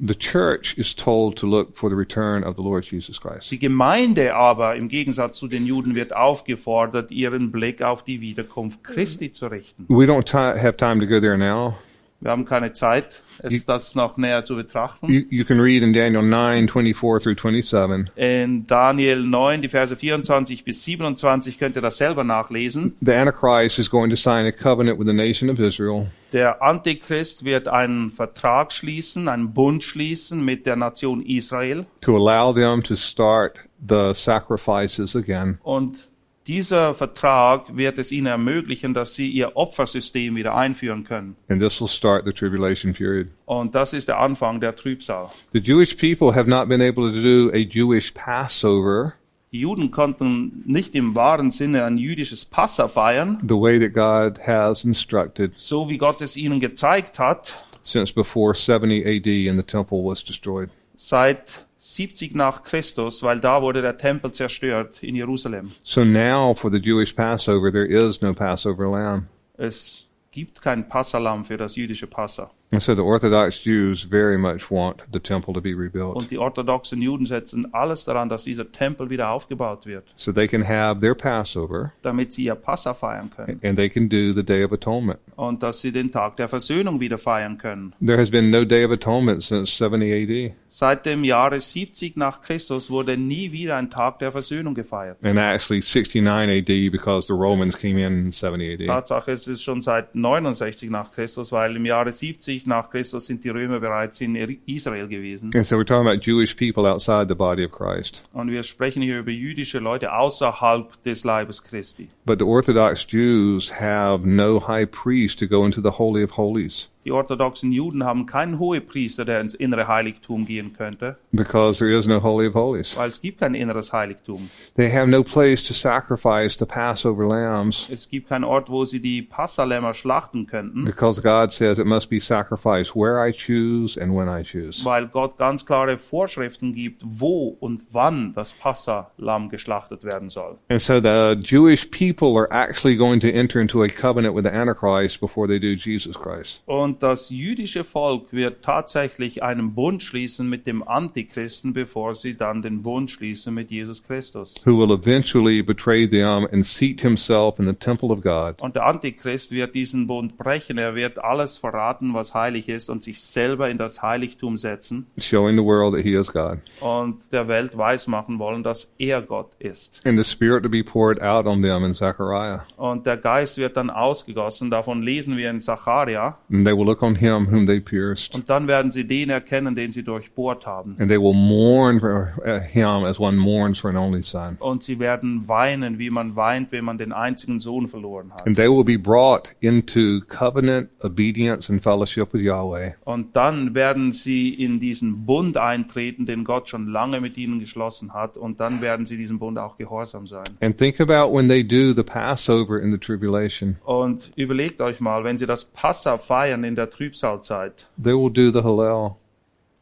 S2: The church is told to look for the return of the Lord Jesus Christ.
S3: Die Gemeinde aber, im Gegensatz zu den Juden, wird aufgefordert, ihren Blick auf die Wiederkunft Christi zu richten.
S2: We don't ti have time to go there now.
S3: Wir haben keine Zeit, jetzt das noch näher zu betrachten.
S2: You, you can read in Daniel 9, 24 through 27.
S3: In Daniel 9, die Verse 24 bis 27 könnt ihr das selber nachlesen.
S2: The Antichrist is going to sign a covenant with the nation of Israel.
S3: Der Antichrist wird einen Vertrag schließen, einen Bund schließen mit der Nation Israel.
S2: to allow them to start the sacrifices again.
S3: Und dieser Vertrag wird es ihnen ermöglichen, dass sie ihr Opfersystem wieder einführen können.
S2: And this will start the tribulation period.
S3: Und das ist der Anfang der Trübsal.
S2: The Jewish people have not been able to do a Jewish Passover
S3: Die Juden konnten nicht im wahren Sinne ein jüdisches Passa feiern,
S2: the way that God has instructed
S3: so wie Gott es ihnen gezeigt hat,
S2: since before 70 AD and the temple was destroyed.
S3: seit 70 nach Christus, weil da wurde der Tempel zerstört in Jerusalem.
S2: So now for the Jewish Passover, there is no Passover lamb.
S3: Es gibt kein Passalam für das jüdische Passa.
S2: And so the Orthodox Jews very much want the temple to be rebuilt
S3: Und die orthodoxen Juden setzen alles daran, dass dieser Tempel wieder aufgebaut wird,
S2: so they can have their Passover
S3: damit sie ihr Passa feiern können
S2: and they can do the Day of Atonement.
S3: und dass sie den Tag der Versöhnung wieder feiern können.
S2: There has been no Day of Atonement since 70 AD.
S3: Seit dem Jahre 70 nach Christus wurde nie wieder ein Tag der Versöhnung gefeiert.
S2: and actually 69 AD because the Romans came in in 70 AD.
S3: Tatsache es ist schon seit 69 nach Christus, weil im Jahre 70 nach Christus sind die Römer bereits in Israel gewesen.
S2: And so we're talking about Jewish people outside the body of Christ.
S3: Und wir sprechen hier über jüdische Leute außerhalb des Leibes Christi.
S2: But the Orthodox Jews have no high priest to go into the Holy of Holies
S3: Die orthodoxen Juden haben keinen Hohepriester, der ins innere Heiligtum gehen könnte.
S2: because there is no Holy of Holies.
S3: weil es gibt kein inneres Heiligtum.
S2: They have no place to sacrifice the Passover lambs
S3: Es gibt keinen Ort, wo sie die Passalämmer schlachten könnten,
S2: because God says it must be sacrificed where I choose and when I choose.
S3: weil Gott ganz klare Vorschriften gibt, wo und wann das Passalamm geschlachtet werden soll.
S2: And so the Jewish people are actually going to enter into a covenant with the Antichrist before they do Jesus Christ.
S3: Und das jüdische Volk wird tatsächlich einen Bund schließen mit dem Antichristen, bevor sie dann den Bund schließen mit Jesus Christus.
S2: who will eventually betray them and seat himself in the temple of God.
S3: Und der Antichrist wird diesen Bund brechen, er wird alles verraten, was heilig ist, und sich selber in das Heiligtum setzen
S2: Showing the world that he is God,
S3: und der Welt weismachen wollen, dass er Gott ist.
S2: and the Spirit to be poured out on them in Zechariah.
S3: Und der Geist wird dann ausgegossen. Davon lesen wir in Zacharia.
S2: And they will look on him whom they pierced,
S3: Und dann werden sie den erkennen, den sie durchbohrt haben.
S2: and they will mourn for uh, him as one mourns for an only son.
S3: Und sie werden weinen, wie man weint, wenn man den einzigen Sohn verloren hat.
S2: And they will be brought into covenant obedience and fellowship with Yahweh.
S3: Und dann werden sie in diesen Bund eintreten, den Gott schon lange mit ihnen geschlossen hat. Und dann werden sie diesem Bund auch gehorsam sein.
S2: And think about when they do the Passover in the tribulation.
S3: Und überlegt euch mal, wenn sie das Passa feiern in der Trübsalzeit,
S2: They will do the Hallel.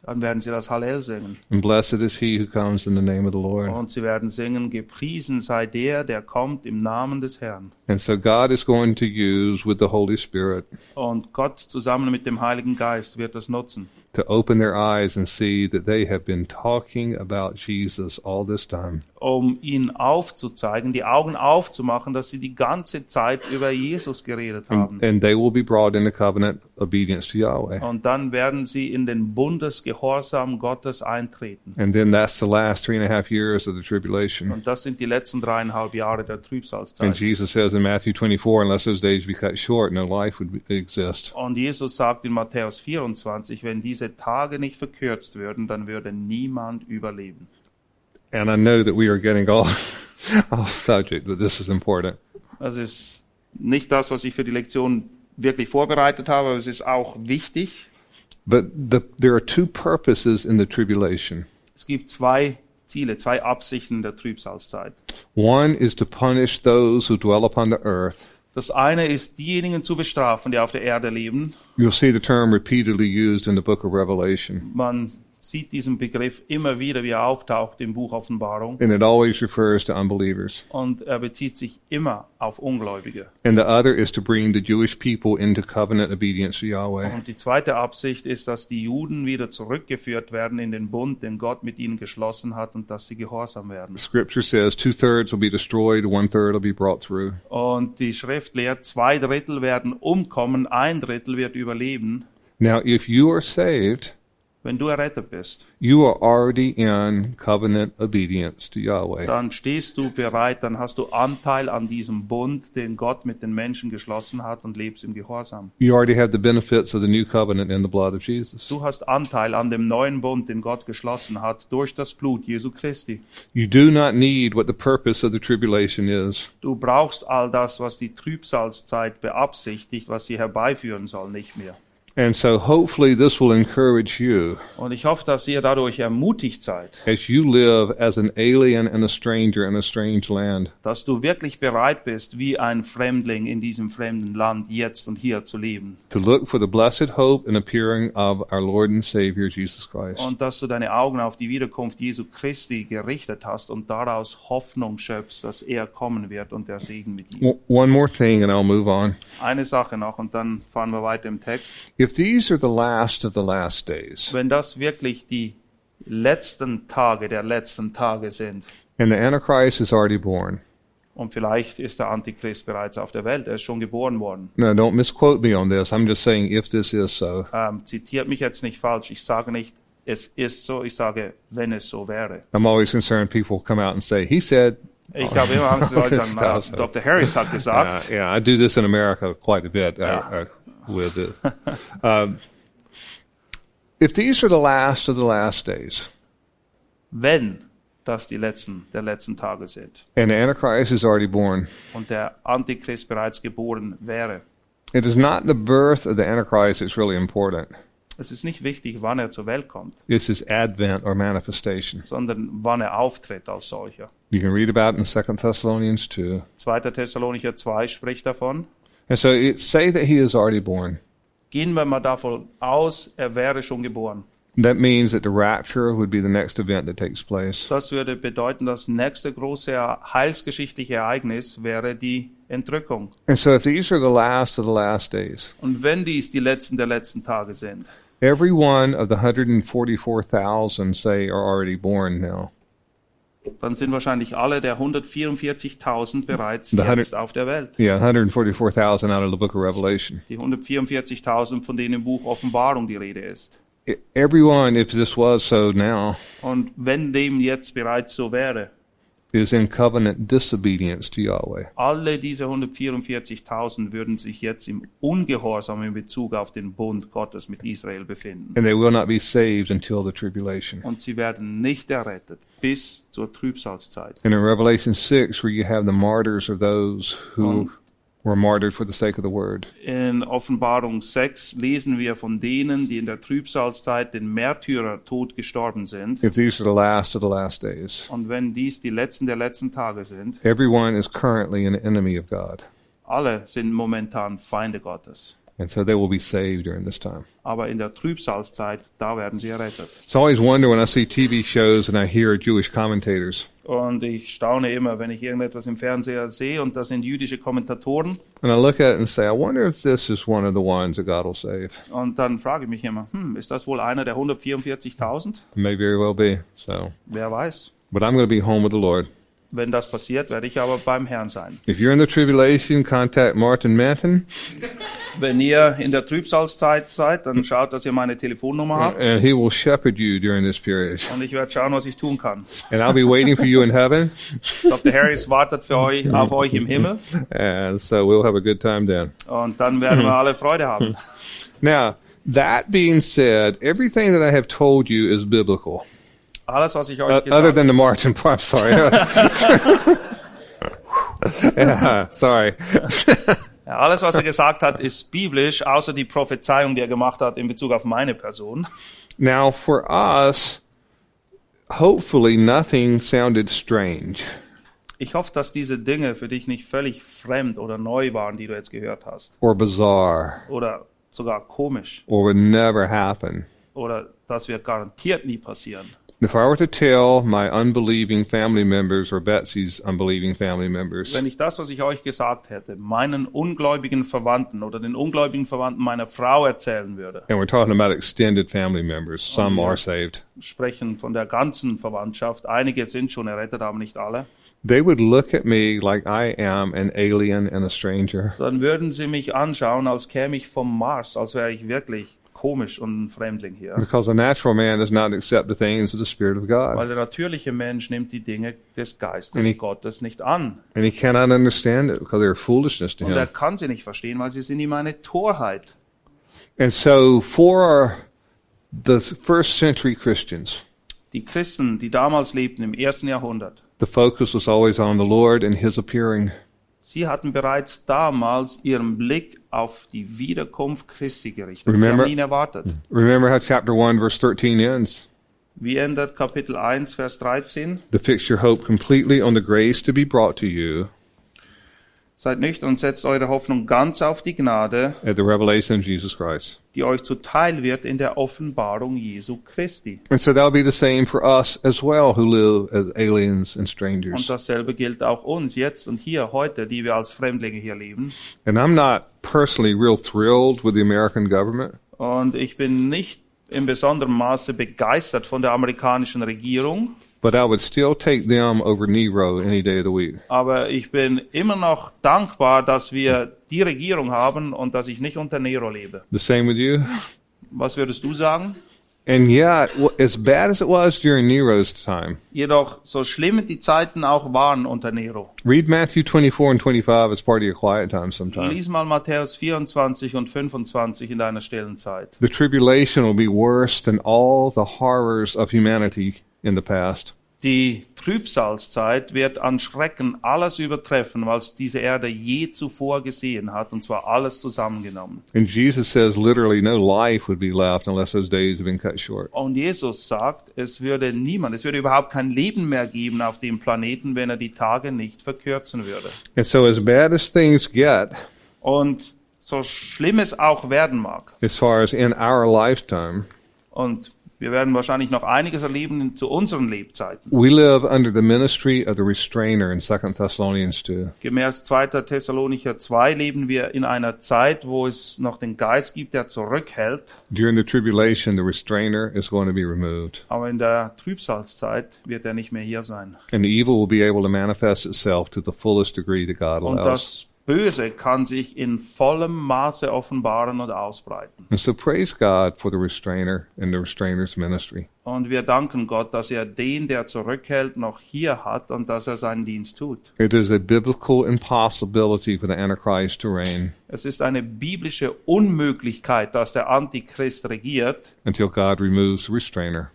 S3: dann werden sie das Hallel singen.
S2: And blessed is he who comes in the name of the Lord.
S3: Und sie werden singen, gepriesen sei der, der kommt im Namen des Herrn.
S2: And so God is going to use with the Holy Spirit
S3: Und Gott zusammen mit dem Heiligen Geist wird das nutzen.
S2: to open their eyes and see that they have been talking about Jesus all this time.
S3: um ihnen aufzuzeigen, die Augen aufzumachen, dass sie die ganze Zeit über Jesus geredet haben.
S2: And, and they will be brought into covenant obedience to Yahweh.
S3: Und dann werden sie in den Bundesgehorsam Gottes eintreten.
S2: And then that's the last three and a half years of the tribulation.
S3: Und das sind die letzten dreieinhalb Jahre der
S2: And
S3: Trübsalzeit.
S2: Jesus says in Matthew 24, unless those days be cut short, no life would be- exist.
S3: Und Jesus sagt in Matthäus 24, wenn diese Tage nicht verkürzt würden, dann würde niemand überleben.
S2: And I know that we are getting off, off subject, but this is important.
S3: Das ist nicht das, was ich für die Lektion wirklich vorbereitet habe, aber es ist auch wichtig.
S2: But the, there are two purposes in the tribulation.
S3: Es gibt zwei Ziele, zwei Absichten der Trübsalzeit.
S2: One is to punish those who dwell upon the earth.
S3: Das eine ist, diejenigen zu bestrafen, die auf der Erde leben.
S2: You'll see the term repeatedly used in the book of Revelation,
S3: Man sieht diesen Begriff immer wieder, wie er auftaucht im Buch Offenbarung.
S2: and it always refers to unbelievers.
S3: Und er bezieht sich immer auf Ungläubige.
S2: And the other is to bring the Jewish people into covenant obedience to Yahweh.
S3: Und die zweite Absicht ist, dass die Juden wieder zurückgeführt werden in den Bund, den Gott mit ihnen geschlossen hat und dass sie gehorsam werden.
S2: Scripture says two thirds will be destroyed, one third will be brought through.
S3: Und die Schrift lehrt, zwei Drittel werden umkommen, ein Drittel wird überleben.
S2: Now, if you are saved,
S3: Wenn du errettet bist,
S2: you are already in covenant obedience to Yahweh.
S3: dann stehst du bereit, dann hast du Anteil an diesem Bund, den Gott mit den Menschen geschlossen hat und lebst im Gehorsam.
S2: You already have the benefits of the new covenant in the blood of Jesus.
S3: Du hast Anteil an dem neuen Bund, den Gott geschlossen hat, durch das Blut Jesu Christi.
S2: You do not need what the purpose of the tribulation is.
S3: Du brauchst all das, was die Trübsalzeit beabsichtigt, was sie herbeiführen soll, nicht mehr.
S2: And so hopefully this will encourage you
S3: Und ich hoffe, dass ihr dadurch ermutigt seid,
S2: as you live as an alien and a stranger in a strange land.
S3: dass du wirklich bereit bist, wie ein Fremdling in diesem fremden Land jetzt und hier zu leben.
S2: to look for the blessed hope and appearing of our Lord and Savior Jesus Christ.
S3: Und dass du deine Augen auf die Wiederkunft Jesu Christi gerichtet hast und daraus Hoffnung schöpfst, dass er kommen wird und der Segen mit ihm.
S2: W- One more thing, and I'll move on.
S3: Eine Sache noch und dann fahren wir weiter im Text.
S2: If these are the last of the last days,
S3: wenn das wirklich die letzten Tage der letzten Tage sind,
S2: and the Antichrist is already born,
S3: und vielleicht ist der Antichrist bereits auf der Welt, er ist schon geboren worden.
S2: now don't misquote me on this. I'm just saying if this is so.
S3: Ähm, zitiert mich jetzt nicht falsch, ich sage nicht, es ist so, ich sage, wenn es so wäre.
S2: I'm always concerned people come out and say, "He said."
S3: Ich habe immer Angst, die Leute
S2: Das
S3: sagen, naja,
S2: darf's.
S3: Dr. Harris hat
S2: Uh,
S3: gesagt,
S2: yeah, I do this in America quite a bit
S3: Yeah.
S2: uh, uh, with it. um, if these are the last of the last days,
S3: wenn das die letzten der letzten Tage sind
S2: and the Antichrist is already born,
S3: und der Antichrist bereits geboren wäre.
S2: it is not the birth of the Antichrist that's really important.
S3: Es ist nicht wichtig, wann er zur Welt kommt,
S2: This is advent or manifestation.
S3: sondern wann er auftritt als solcher.
S2: You can read about it in Second Thessalonians 2.
S3: 2. Thessalonicher 2 spricht davon,
S2: And so it say that he is already born.
S3: Gehen wir mal davon aus, er wäre schon geboren.
S2: That means that the rapture would be the next event that takes place.
S3: Das würde bedeuten, das nächste große er- heilsgeschichtliche Ereignis wäre die Entrückung.
S2: And so if these are the last of the last days,
S3: Und wenn dies die letzten der letzten Tage sind,
S2: every one of the 144,000 say are already born now.
S3: dann sind wahrscheinlich alle der 144.000 bereits
S2: Da hat er-
S3: jetzt auf der Welt.
S2: Yeah, 144,000 out of the book of Revelation.
S3: Die 144.000, von denen im Buch Offenbarung die Rede ist.
S2: I- Everyone, if this was so now,
S3: Und wenn dem jetzt bereits so wäre,
S2: is in covenant disobedience to Yahweh.
S3: Alle diese 144.000 würden sich jetzt im Ungehorsam in Bezug auf den Bund Gottes mit Israel befinden.
S2: And they will not be saved until the tribulation.
S3: Und sie werden nicht errettet bis zur Trübsalzeit.
S2: And in Revelation 6, where you have the martyrs of those who
S3: Mm.
S2: were martyred for the sake of the word.
S3: In Offenbarung 6 lesen wir von denen, die in der Trübsalzeit den Märtyrertod gestorben sind.
S2: If these are the last of the last days,
S3: Und wenn dies die letzten der letzten Tage sind,
S2: everyone is currently an enemy of God.
S3: alle sind momentan Feinde Gottes.
S2: And so they will be saved during this time.
S3: Aber in der Trübsalzeit, da werden sie errettet.
S2: So I always wonder when I see TV shows and I hear Jewish commentators,
S3: Und ich staune immer, wenn ich irgendetwas im Fernseher sehe und das sind jüdische Kommentatoren.
S2: and I look at it and say, I wonder if this is one of the ones that God will save.
S3: Und dann frage ich mich immer, hm, ist das wohl einer der 144.000?
S2: It may very well be. So,
S3: Wer weiß.
S2: but I'm going to be home with the Lord.
S3: Wenn das passiert, werde ich aber beim Herrn sein.
S2: If you're in the tribulation, contact Martin Manton,
S3: Wenn ihr in der Trübsalzeit seid, dann schaut, dass ihr meine Telefonnummer habt.
S2: and he will shepherd you during this period.
S3: Und ich werde schauen, was ich tun kann.
S2: And I'll be waiting for you in heaven.
S3: Dr. Harris wartet für euch, auf euch im Himmel.
S2: And so we'll have a good time then.
S3: Und dann werden wir alle Freude haben.
S2: Now, that being said, everything that I have told you is biblical,
S3: Alles, was ich
S2: Uh,
S3: euch
S2: other
S3: gesagt habe.
S2: than the Martin part. Sorry. Yeah, sorry.
S3: Ja, alles, was er gesagt hat, ist biblisch, außer die Prophezeiung, die er gemacht hat in Bezug auf meine Person.
S2: Now, for us, hopefully, nothing sounded strange.
S3: Ich hoffe, dass diese Dinge für dich nicht völlig fremd oder neu waren, die du jetzt gehört hast.
S2: Or bizarre,
S3: Oder sogar komisch.
S2: or would never happen.
S3: Oder das wird garantiert nie passieren.
S2: If I were to tell my unbelieving family members or Betsy's unbelieving family members,
S3: Wenn ich das, was ich euch gesagt hätte, meinen ungläubigen Verwandten oder den ungläubigen Verwandten meiner Frau erzählen würde,
S2: and we're talking about extended family members, some are saved,
S3: sprechen von der ganzen Verwandtschaft, einige sind schon errettet, aber nicht alle,
S2: they would look at me like I am an alien and a stranger.
S3: dann würden sie mich anschauen, als käme ich vom Mars, als wäre ich wirklich komisch und ein Fremdling hier.
S2: Because the natural man does not accept the things of the Spirit of
S3: Weil
S2: God,
S3: der natürliche Mensch nimmt die Dinge des Geistes
S2: Wenn ich-
S3: Gottes nicht an.
S2: and he cannot understand it because they're foolishness to
S3: Und er
S2: him.
S3: kann sie nicht verstehen, weil sie sind ihm eine Torheit.
S2: And so, for the first century Christians,
S3: Die Christen, die damals lebten im ersten Jahrhundert,
S2: the focus was always on the Lord and His appearing.
S3: Sie hatten bereits damals ihren Blick auf die Wiederkunft Christi gerichtet. Sie
S2: Remember- Mhm.
S3: haben ihn erwartet.
S2: Remember how chapter 1, verse 13 ends?
S3: Wie endet Kapitel 1, Vers 13?
S2: To fix your hope completely on the grace to be brought to you
S3: Seid nüchtern und setzt eure Hoffnung ganz auf die Gnade,
S2: at the revelation of Jesus Christ.
S3: die euch zuteil wird in der Offenbarung Jesu Christi.
S2: And so that'll be the same for us as well who live as aliens and strangers.
S3: Und dasselbe gilt auch uns jetzt und hier heute, die wir als Fremdlinge hier leben.
S2: And I'm not personally real thrilled with the American government.
S3: Und ich bin nicht in besonderem Maße begeistert von der amerikanischen Regierung,
S2: But I would still take them over Nero any day of the week.
S3: aber ich bin immer noch dankbar, dass wir die Regierung haben und dass ich nicht unter Nero lebe.
S2: The same with you.
S3: Was würdest du sagen?
S2: And yet, w- as bad as it was during Nero's time,
S3: Jedoch, so schlimm die Zeiten auch waren unter Nero.
S2: read Matthew 24 and 25 as part of your quiet time sometime.
S3: Lies mal Matthäus 24 und 25 in deiner stillen Zeit.
S2: The tribulation will be worse than all the horrors of humanity in the past.
S3: Die Trübsalzeit wird an Schrecken alles übertreffen, was diese Erde je zuvor gesehen hat, und zwar alles zusammengenommen.
S2: And Jesus says literally no life would be left unless those days have been cut short.
S3: Und Jesus sagt, es würde niemand, es würde überhaupt kein Leben mehr geben auf dem Planeten, wenn er die Tage nicht verkürzen würde.
S2: And so, as bad as things get,
S3: Und so schlimm es auch werden mag,
S2: as far as in our lifetime,
S3: und wir werden wahrscheinlich noch einiges erleben zu unseren Lebzeiten,
S2: we live under the ministry of the restrainer in 2 Thessalonians 2.
S3: Gemäß 2. Thessalonicher 2 leben wir in einer Zeit, wo es noch den Geist gibt, der zurückhält.
S2: During the tribulation, the restrainer is going to be removed,
S3: Aber in der Trübsalzeit wird er nicht mehr hier sein.
S2: and the evil will be able to manifest itself to the fullest degree that God
S3: Und
S2: allows.
S3: das Böse kann sich in vollem Maße offenbaren und ausbreiten.
S2: And so praise God for the restrainer and the restrainer's ministry.
S3: Und wir danken Gott, dass er den, der zurückhält, noch hier hat und dass er seinen Dienst tut.
S2: It is a biblical impossibility for the Antichrist to reign
S3: Es ist eine biblische Unmöglichkeit, dass der Antichrist regiert,
S2: until God removes the restrainer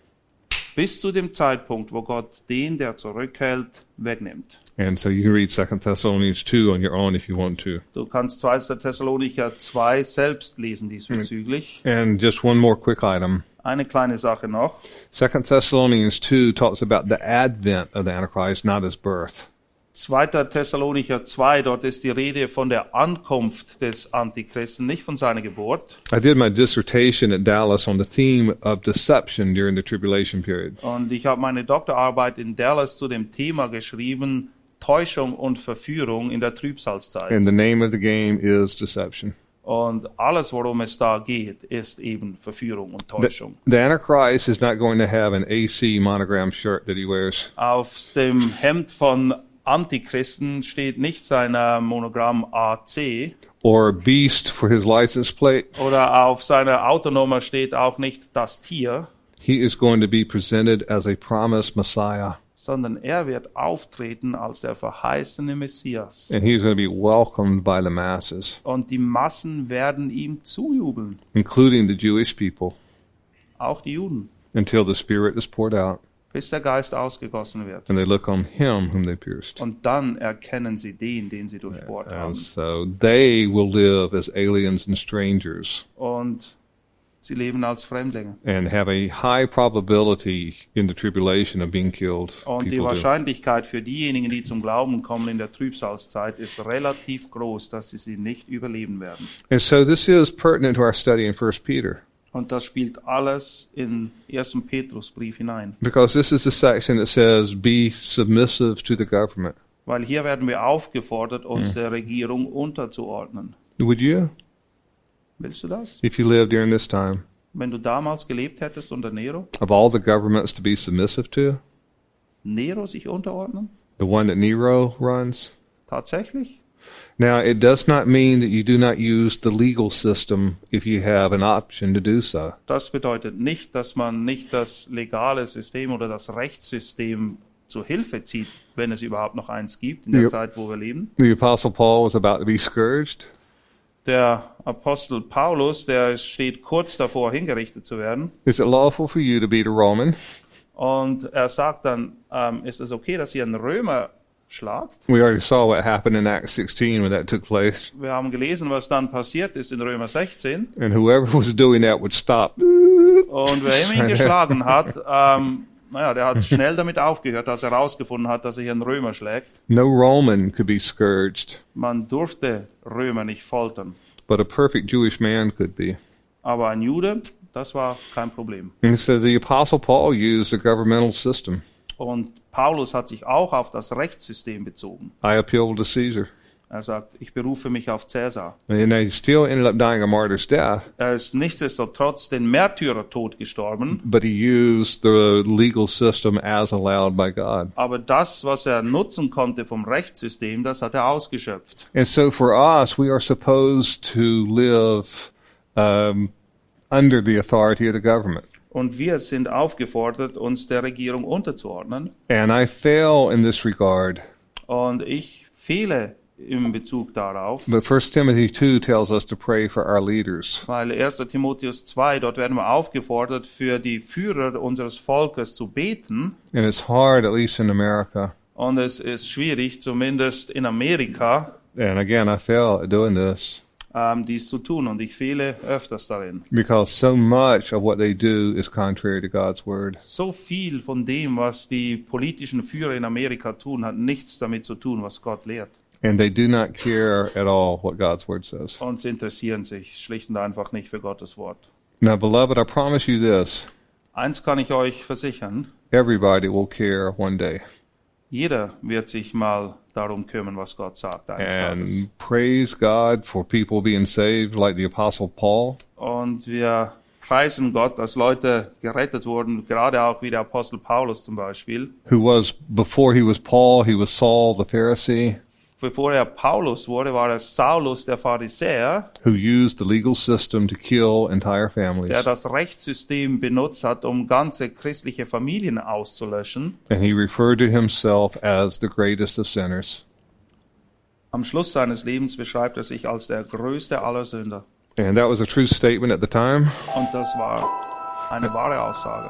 S3: bis zu dem Zeitpunkt, wo Gott den, der zurückhält, wegnimmt.
S2: And so you can read Second Thessalonians two on your own if you want to.
S3: Du kannst 2. Thessalonicher 2 selbst lesen diesbezüglich.
S2: And just one more quick item.
S3: Eine kleine Sache noch.
S2: Second Thessalonians two talks about the advent of the Antichrist, not his birth.
S3: 2. Thessalonicher 2, dort ist die Rede von der Ankunft des Antichristen, nicht von seiner Geburt.
S2: I did my dissertation at Dallas on the theme of deception during the tribulation period.
S3: Und ich habe meine Doktorarbeit in Dallas zu dem Thema geschrieben, Täuschung und Verführung in der Trübsalzeit.
S2: And the name of the game is deception.
S3: Und alles, worum es da geht, ist eben Verführung und
S2: The,
S3: Täuschung.
S2: the Antichrist is not going to have an AC monogram shirt that he wears.
S3: Auf dem Hemd von Antichristen steht nicht sein äh, Monogramm AC
S2: or a beast for his license plate.
S3: oder auf seiner Autonummer steht auch nicht das Tier,
S2: He is going to be presented as a promised Messiah,
S3: sondern er wird auftreten als der verheißene Messias.
S2: and he's going to be welcomed by the masses,
S3: Und die Massen werden ihm zujubeln,
S2: including the Jewish people,
S3: auch die Juden,
S2: until the Spirit is poured out,
S3: bis der Geist ausgegossen wird.
S2: and they look on him whom they pierced.
S3: Und dann erkennen sie den, den sie durchbohrt haben.
S2: And so they will live as aliens and strangers
S3: Und sie leben als Fremdlinge.
S2: and have a high probability in the tribulation of being killed.
S3: Und die
S2: People do.
S3: Wahrscheinlichkeit für diejenigen, die zum Glauben kommen in der Trübsalzeit, ist relativ groß, dass sie sie nicht überleben werden.
S2: And so this is pertinent to our study in First Peter.
S3: Und das spielt alles in 1. Petrusbrief hinein.
S2: Because this is the section that says, be submissive to the government.
S3: Weil hier werden wir aufgefordert, uns
S2: Mhm.
S3: der Regierung unterzuordnen.
S2: Would you,
S3: Willst du das?
S2: if you lived during this time,
S3: Wenn du damals gelebt hättest unter Nero,
S2: of all the governments to be submissive to?
S3: Nero sich unterordnen?
S2: The one that Nero runs?
S3: Tatsächlich?
S2: Now, it does not mean that you do not use the legal system if you have an option to do so.
S3: Das bedeutet nicht, dass man nicht das legale System oder das Rechtssystem zu Hilfe zieht, wenn es überhaupt noch eins gibt in der
S2: Ja.
S3: Zeit, wo wir leben.
S2: The Apostle Paul was about to be scourged,
S3: Der Apostel Paulus, der steht kurz davor, hingerichtet zu werden.
S2: Is it lawful for you to beat a Roman?
S3: Und er sagt dann, ähm, ist es okay, dass ihr einen Römer schlagt?
S2: We already saw what happened in Acts 16 when that took place.
S3: Wir haben gelesen, was dann passiert ist in Römer 16.
S2: And whoever was doing that would stop.
S3: Und wer immer ihn geschlagen hat, ähm, naja, der hat schnell damit aufgehört, als er herausgefunden hat, dass er hier einen Römer schlägt.
S2: No Roman could be scourged,
S3: Man durfte Römer nicht foltern.
S2: but a perfect Jewish man could be.
S3: Aber ein Jude, das war kein Problem.
S2: And so the Apostle Paul used the governmental system.
S3: Und Paulus hat sich auch auf das Rechtssystem bezogen.
S2: I appealed to Caesar.
S3: Er sagt, ich berufe mich auf Cäsar.
S2: And they still ended up dying a martyr's death,
S3: Er ist nichtsdestotrotz den Märtyrertod gestorben.
S2: but he used the legal system as allowed by God.
S3: Aber das, was er nutzen konnte vom Rechtssystem, das hat er ausgeschöpft.
S2: And so for us, we are supposed to live um, under the authority of the government.
S3: Und wir sind aufgefordert, uns der Regierung unterzuordnen.
S2: And I fail in this regard.
S3: Und ich fehle im Bezug darauf,
S2: But 1 Timothy 2 tells us to pray for our leaders.
S3: weil 1. Timotheus 2, dort werden wir aufgefordert, für die Führer unseres Volkes zu beten.
S2: And it's hard, at least in America.
S3: Und es ist schwierig, zumindest in Amerika,
S2: And again, I fail at doing this
S3: ähm, dies zu tun. Und ich fehle öfters darin.
S2: because so much of what they do is contrary to God's word.
S3: So viel von dem, was die politischen Führer in Amerika tun, hat nichts damit zu tun, was Gott lehrt.
S2: And they do not care at all what God's word says.
S3: Und sie interessieren sich schlicht und einfach nicht für Gottes Wort.
S2: Now, beloved, I promise you this
S3: Eins kann ich euch versichern.
S2: everybody will care one day.
S3: Jeder wird sich mal darum kümmern, was Gott sagt eines Tages.
S2: And praise God for people being saved, like the Apostle Paul.
S3: Und wir preisen Gott, dass Leute gerettet wurden, gerade auch wie der Apostel Paulus zum Beispiel.
S2: who was before he was Paul, he was Saul the Pharisee.
S3: bevor er Paulus wurde, war er Saulus der Pharisäer,
S2: who used the legal system to kill entire families.
S3: der das Rechtssystem benutzt hat, um ganze christliche Familien auszulöschen.
S2: And he referred to himself as the greatest of sinners.
S3: Am Schluss seines Lebens beschreibt er sich als der größte aller Sünder.
S2: And that was a true statement at the time.
S3: Und das war eine wahre Aussage.